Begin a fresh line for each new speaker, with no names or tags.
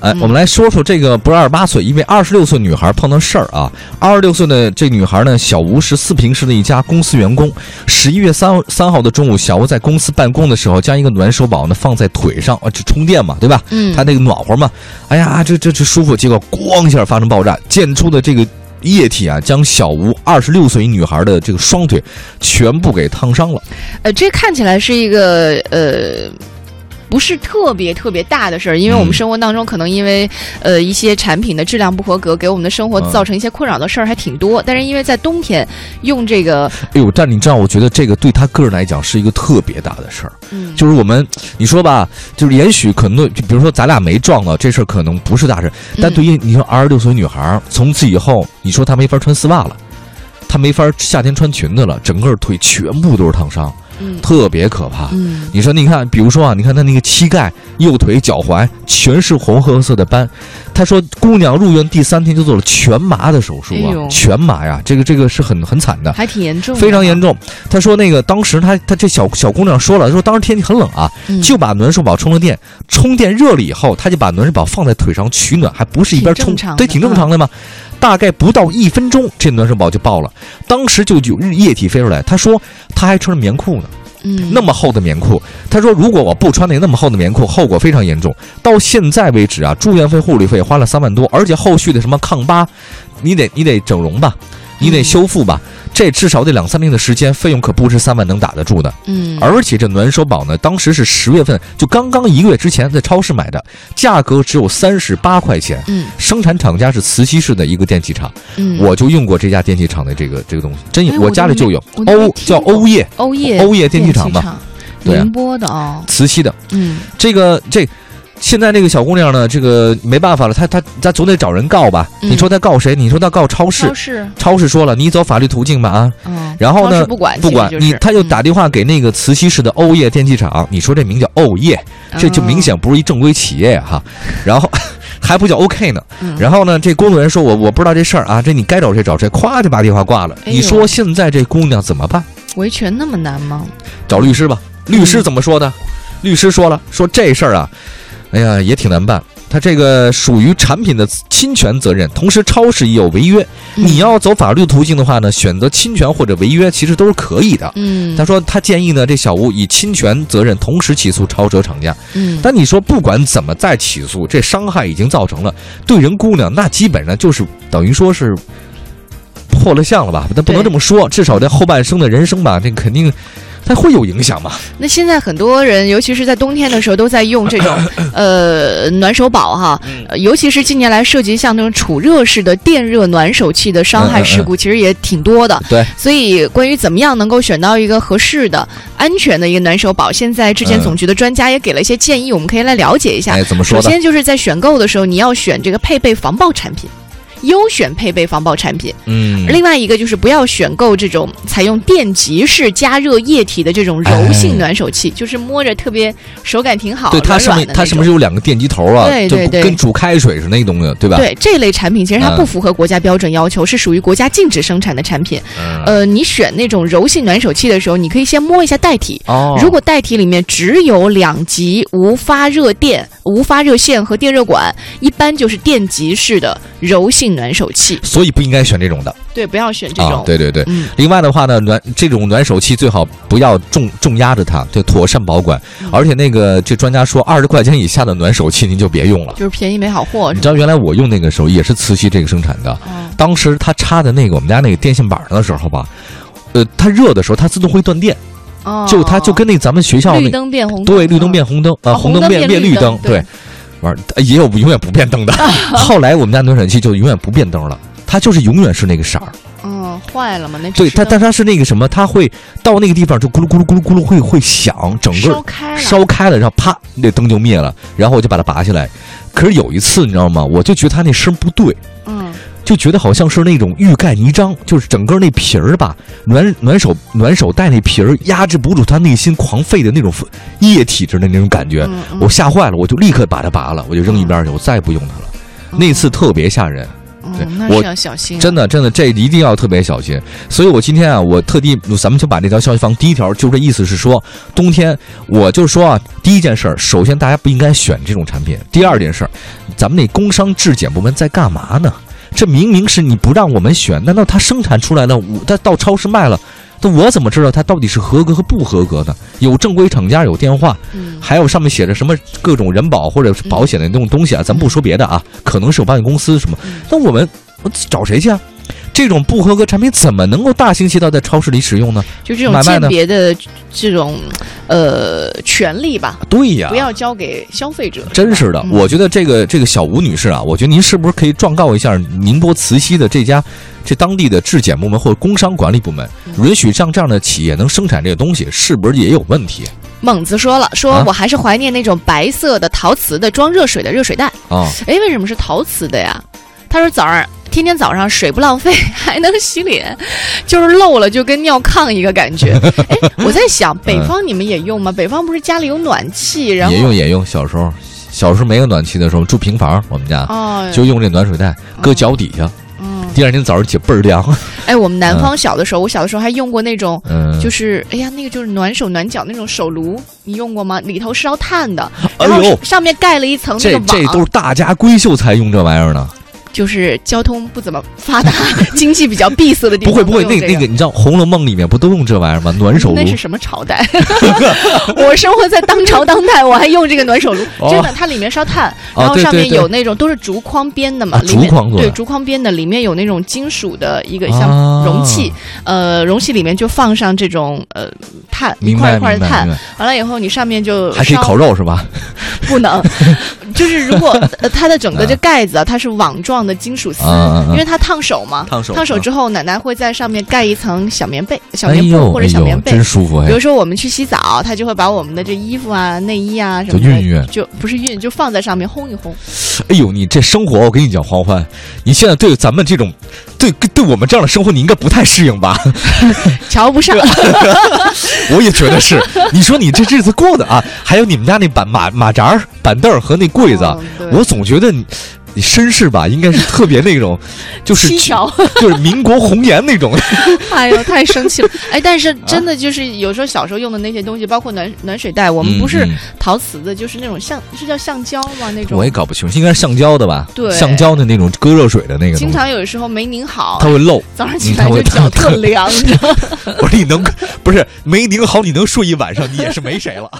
哎，我们来说说这个不是二十八岁，一位二十六岁女孩碰到事儿啊。二十六岁的这女孩呢，小吴是四平市的一家公司员工。十一月三三号的中午，小吴在公司办公的时候，将一个暖手宝呢放在腿上，啊，这充电嘛，对吧？
嗯
它那个暖和嘛，哎呀，这这这舒服。结果咣一下发生爆炸，溅出的这个液体啊，将小吴二十六岁女孩的这个双腿全部给烫伤了。
呃，这看起来是一个呃。不是特别特别大的事儿，因为我们
嗯
生活当中可能因为、呃一些产品的质量不合格，给我们的生活
嗯
造成一些困扰的事儿还挺多。但是因为在冬天用这个，
哎呦，但你知道，我觉得这个对她个人来讲是一个特别大的事儿。
嗯，
就是我们，你说吧，就是也许可能，就比如说咱俩没撞到这事儿，可能不是大事。
嗯
但对于你说二十六岁女孩儿，从此以后，你说她没法穿丝袜了，她没法夏天穿裙子了，整个腿全部都是烫伤，
嗯
特别可怕。
嗯
你说，你看，比如说啊，你看她那个膝盖、右腿、脚踝全是红褐色的斑。她说，姑娘入院第三天就做了全麻的手术
哎
啊
呦，
全麻呀，这个这个是很很惨的。
还挺严重的，啊
非常严重，她说那个当时她她这小小姑娘说了，说当时天气很冷啊，
嗯
就把暖手宝充了电，充电热了以后，他就把暖手宝放在腿上取暖，还不是一边
挺
充
正常，的嗯
对，挺正常的嘛。大概不到一分钟，这暖手宝就爆了，当时就有日液体飞出来。他说他还穿着棉裤呢，
嗯
那么厚的棉裤。他说如果我不穿那个那么厚的棉裤，后果非常严重。到现在为止啊，住院费、护理费花了三万多，而且后续的什么抗疤，你得你得整容吧，你得
嗯
修复吧，这至少得两三年的时间，费用可不是三万能打得住的。
嗯
而且这暖手宝呢，当时是十月份，就刚刚一个月之前在超市买的，价格只有三十八块钱。
嗯
生产厂家是慈溪市的一个电器厂，
嗯，
我就用过这家电器厂的这个这个东西，真有
哎，我
我家里就有
都没我都没
欧
听
叫
过
欧业
欧业
欧业
电
电器厂吧，对啊
宁波的哦，
慈溪的
嗯
这个这。现在这个小姑娘呢，这个没办法了，她她她总得找人告吧？
嗯
你说她告谁？你说她告超市
超，市
超市说了，你走法律途径吧啊，
嗯，
然后呢
超市不管
不管
其实就是
你，她就
嗯
打电话给那个慈溪市的欧业电器厂，你说这名叫欧业，
嗯
这就明显不是一正规企业呀、哈。然后 还不叫 OK 呢。
嗯
然后呢，这工作人员说我我不知道这事儿啊，这你该找谁找谁，咵就把电话挂了。
哎呦
你说现在这姑娘怎么办？
维权那么难吗？
找律师吧。律师
嗯
怎么说的？律师说了，说这事儿啊，哎呀也挺难办。他这个属于产品的侵权责任，同时超市也有违约。
嗯
你要走法律途径的话呢，选择侵权或者违约其实都是可以的。
嗯，
他说，他建议呢，这小吴以侵权责任同时起诉超折厂家。
嗯
但你说不管怎么再起诉，这伤害已经造成了，对人姑娘那基本上就是等于说是破了相了吧？但不能
对
这么说，至少在后半生的人生吧，这肯定它会有影响 嘛。
那现在很多人，尤其是在冬天的时候，都在用这 种呃暖手宝哈，
嗯
呃尤其是近年来涉及像那种储热式的电热暖手器的伤
嗯
害事故，其实也挺多的。
对，
所以关于怎么样能够选到一个合适的、安全的一个暖手宝，现在质检
嗯
总局的专家也给了一些建议，我们可以来了解一下。
哎，怎么
首
说呢？
先就是在选购的时候，你要选这个配备防爆产品，优选配备防爆产品。
嗯，
另外一个就是不要选购这种采用电极式加热液体的这种柔性暖手器，就是摸着特别手感挺好，
对，它
软
上
软
面
的
它
那
上面
种。
是有两个电极头啊，
对
就
对对
跟煮开水似的那东西，对吧？，
对这类产品，其实它
嗯
不符合国家标准要求，是属于国家禁止生产的产品。
嗯、
呃，你选那种柔性暖手器的时候，你可以先摸一下袋体，
哦，
如果袋体里面只有两极无发热电、无发热线和电热管，一般就是电极式的柔性暖手器。
所以不应该选这种的
对，不要选这种。
啊，哦对对对。
嗯，
另外的话呢，暖这种暖手器最好不要重重压着它，对，妥善保管
嗯。
而且那个这专家说，二十块钱以下的暖手器您就别用了。
就是便宜没好货。
你
是吧
知道原来我用那个时候也是慈禧这个生产的，
嗯
当时它插在那个我们家那个电线板上的时候吧，呃，它热的时候它自动会断电，
哦
就它就跟那咱们学校
绿
那
灯变红灯，
对绿灯
嗯
变红灯，
啊
呃，
红
灯
灯
变
变绿
绿
灯
灯，
对
对，玩呃也有永远不变灯 的。后来我们家暖手器就永远不变灯了。它就是永远是那个色儿，
嗯，坏了嘛？那
对它，但
它
它是那个什么，它会到那个地方就咕噜咕噜咕噜咕噜会会响，整个
烧开了，
烧开了，然后啪，那灯就灭了，然后我就把它拔下来。可是有一次，你知道吗？我就觉得它那声不对，
嗯
就觉得好像是那种欲盖弥彰，就是整个那皮儿吧，暖暖手暖手袋那皮儿压制不住它内心狂吠的那种呃液体似的那种感觉，
嗯，嗯嗯
我吓坏了，我就立刻把它拔了，我就扔一边去，我再也不用它了。那次特别吓人，对
嗯，那
我
是要小心啊。
真的，真的，这一定要特别小心。所以我今天啊，我特地，咱们就把这条消息放第一条，就这意思是说，冬天我就是说啊，第一件事儿，首先大家不应该选这种产品。第二件事儿，咱们那工商质检部门在干嘛呢？这明明是你不让我们选，难道它生产出来了，我它到超市卖了，那我怎么知道它到底是合格和不合格呢？有正规厂家，有电话，
嗯，
还有上面写着什么各种人保或者是保险的那种东西啊，咱不说别的啊，可能是有保险公司什么
嗯，
那我们我找谁去啊？这种不合格产品怎么能够大行其道在超市里使用呢？
就这种
买卖
鉴
呢
别的这种呃权利吧，
对哎呀
不要交给消费者。
真是的，
嗯
我觉得这个这个小吴女士啊，我觉得您是不是可以状告一下宁波慈溪的这家这当地的质检部门或者工商管理部门，
嗯
允许像这样的企业能生产这个东西，是不是也有问题
猛子说了，说
啊
我还是怀念那种白色的陶瓷的装热水的热水袋。
啊？
哎，为什么是陶瓷的呀？他说早上天天早上水不浪费， 还能洗脸，就是漏了就跟尿炕一个感觉。哎，我在想，北
嗯
方你们也用吗？北方不是家里有暖气，然后
也用也用，小时候小时候没有暖气的时候住平房，我们家
哦，
啊就用这暖水袋搁脚底下，
嗯，
第二天早上起倍儿凉。
哎，我们南方小的时候，我小的时候还用过那种。
嗯，
就是，哎呀，那个就是暖手暖脚那种手炉，你用过吗？里头是烧炭的，
哎
然后
呦
上，上面盖了一层那个
这
网，
这都是大家闺秀才用这玩意儿呢。
就是交通不怎么发达、 经济比较闭塞的地
不
方
会
都
不
用
会，
这个。嗯
那那个你知道《红楼梦》里面不都用这玩意儿吗？暖手炉
那。是什么朝代？ 我生活在当朝当代，我还用这个暖手炉，
哦
真的，它里面烧炭，
哦
然后
对
上
对
面
对
有那种都是竹筐编的嘛，
啊
里面
竹筐做的
对竹筐编的，里面有那种金属的一个像
啊
容器，呃，容器里面就放上这种呃炭，一
明
块
白
一块
明
的
白
炭
明，白，
完了以后你上面就
还可以
烧
烤肉是吧？
不 能，就是如果呃它的整个这盖子啊，它是网状的金属丝
啊啊啊，
因为它烫手嘛，
烫手啊
之后奶奶会在上面盖一层小棉被、小
哎
棉
呦
布或者小
哎呦
棉被
真。舒服
比
哎
如。说我们去洗澡，她就会把我们的这衣服啊、内衣啊什么
就
的，
熨一熨
就不是熨，就放在上面烘一烘。
哎呦，你这生活，我跟你讲，黄欢，你现在对咱们这种，对对我们这样的生活，你应该不太适应吧？
瞧不上，
我也觉得是。你说你这日子过的啊，还有你们家那板马马扎儿、板凳儿和那柜子啊，
嗯 对
我总觉得你你绅士吧，应该是特别那 种，就是
七条，
就是民国红颜那种。
哎呦，太生 气了！哎，但是真的就是有时候小时候用的那些东西，包括暖暖水袋， 我
我
们不是陶瓷的，就是那种橡，是叫橡胶吗？那
嗯
种
我也搞不清楚，应该是橡胶的吧？
对
橡胶的那种搁热水的那个东
经
西，
常有时候没拧好，
它会漏。
早上起来就
嗯它
脚
会
特 凉，你知道吗
我说你能不是没拧好，你能睡一晚上，你也是没谁了。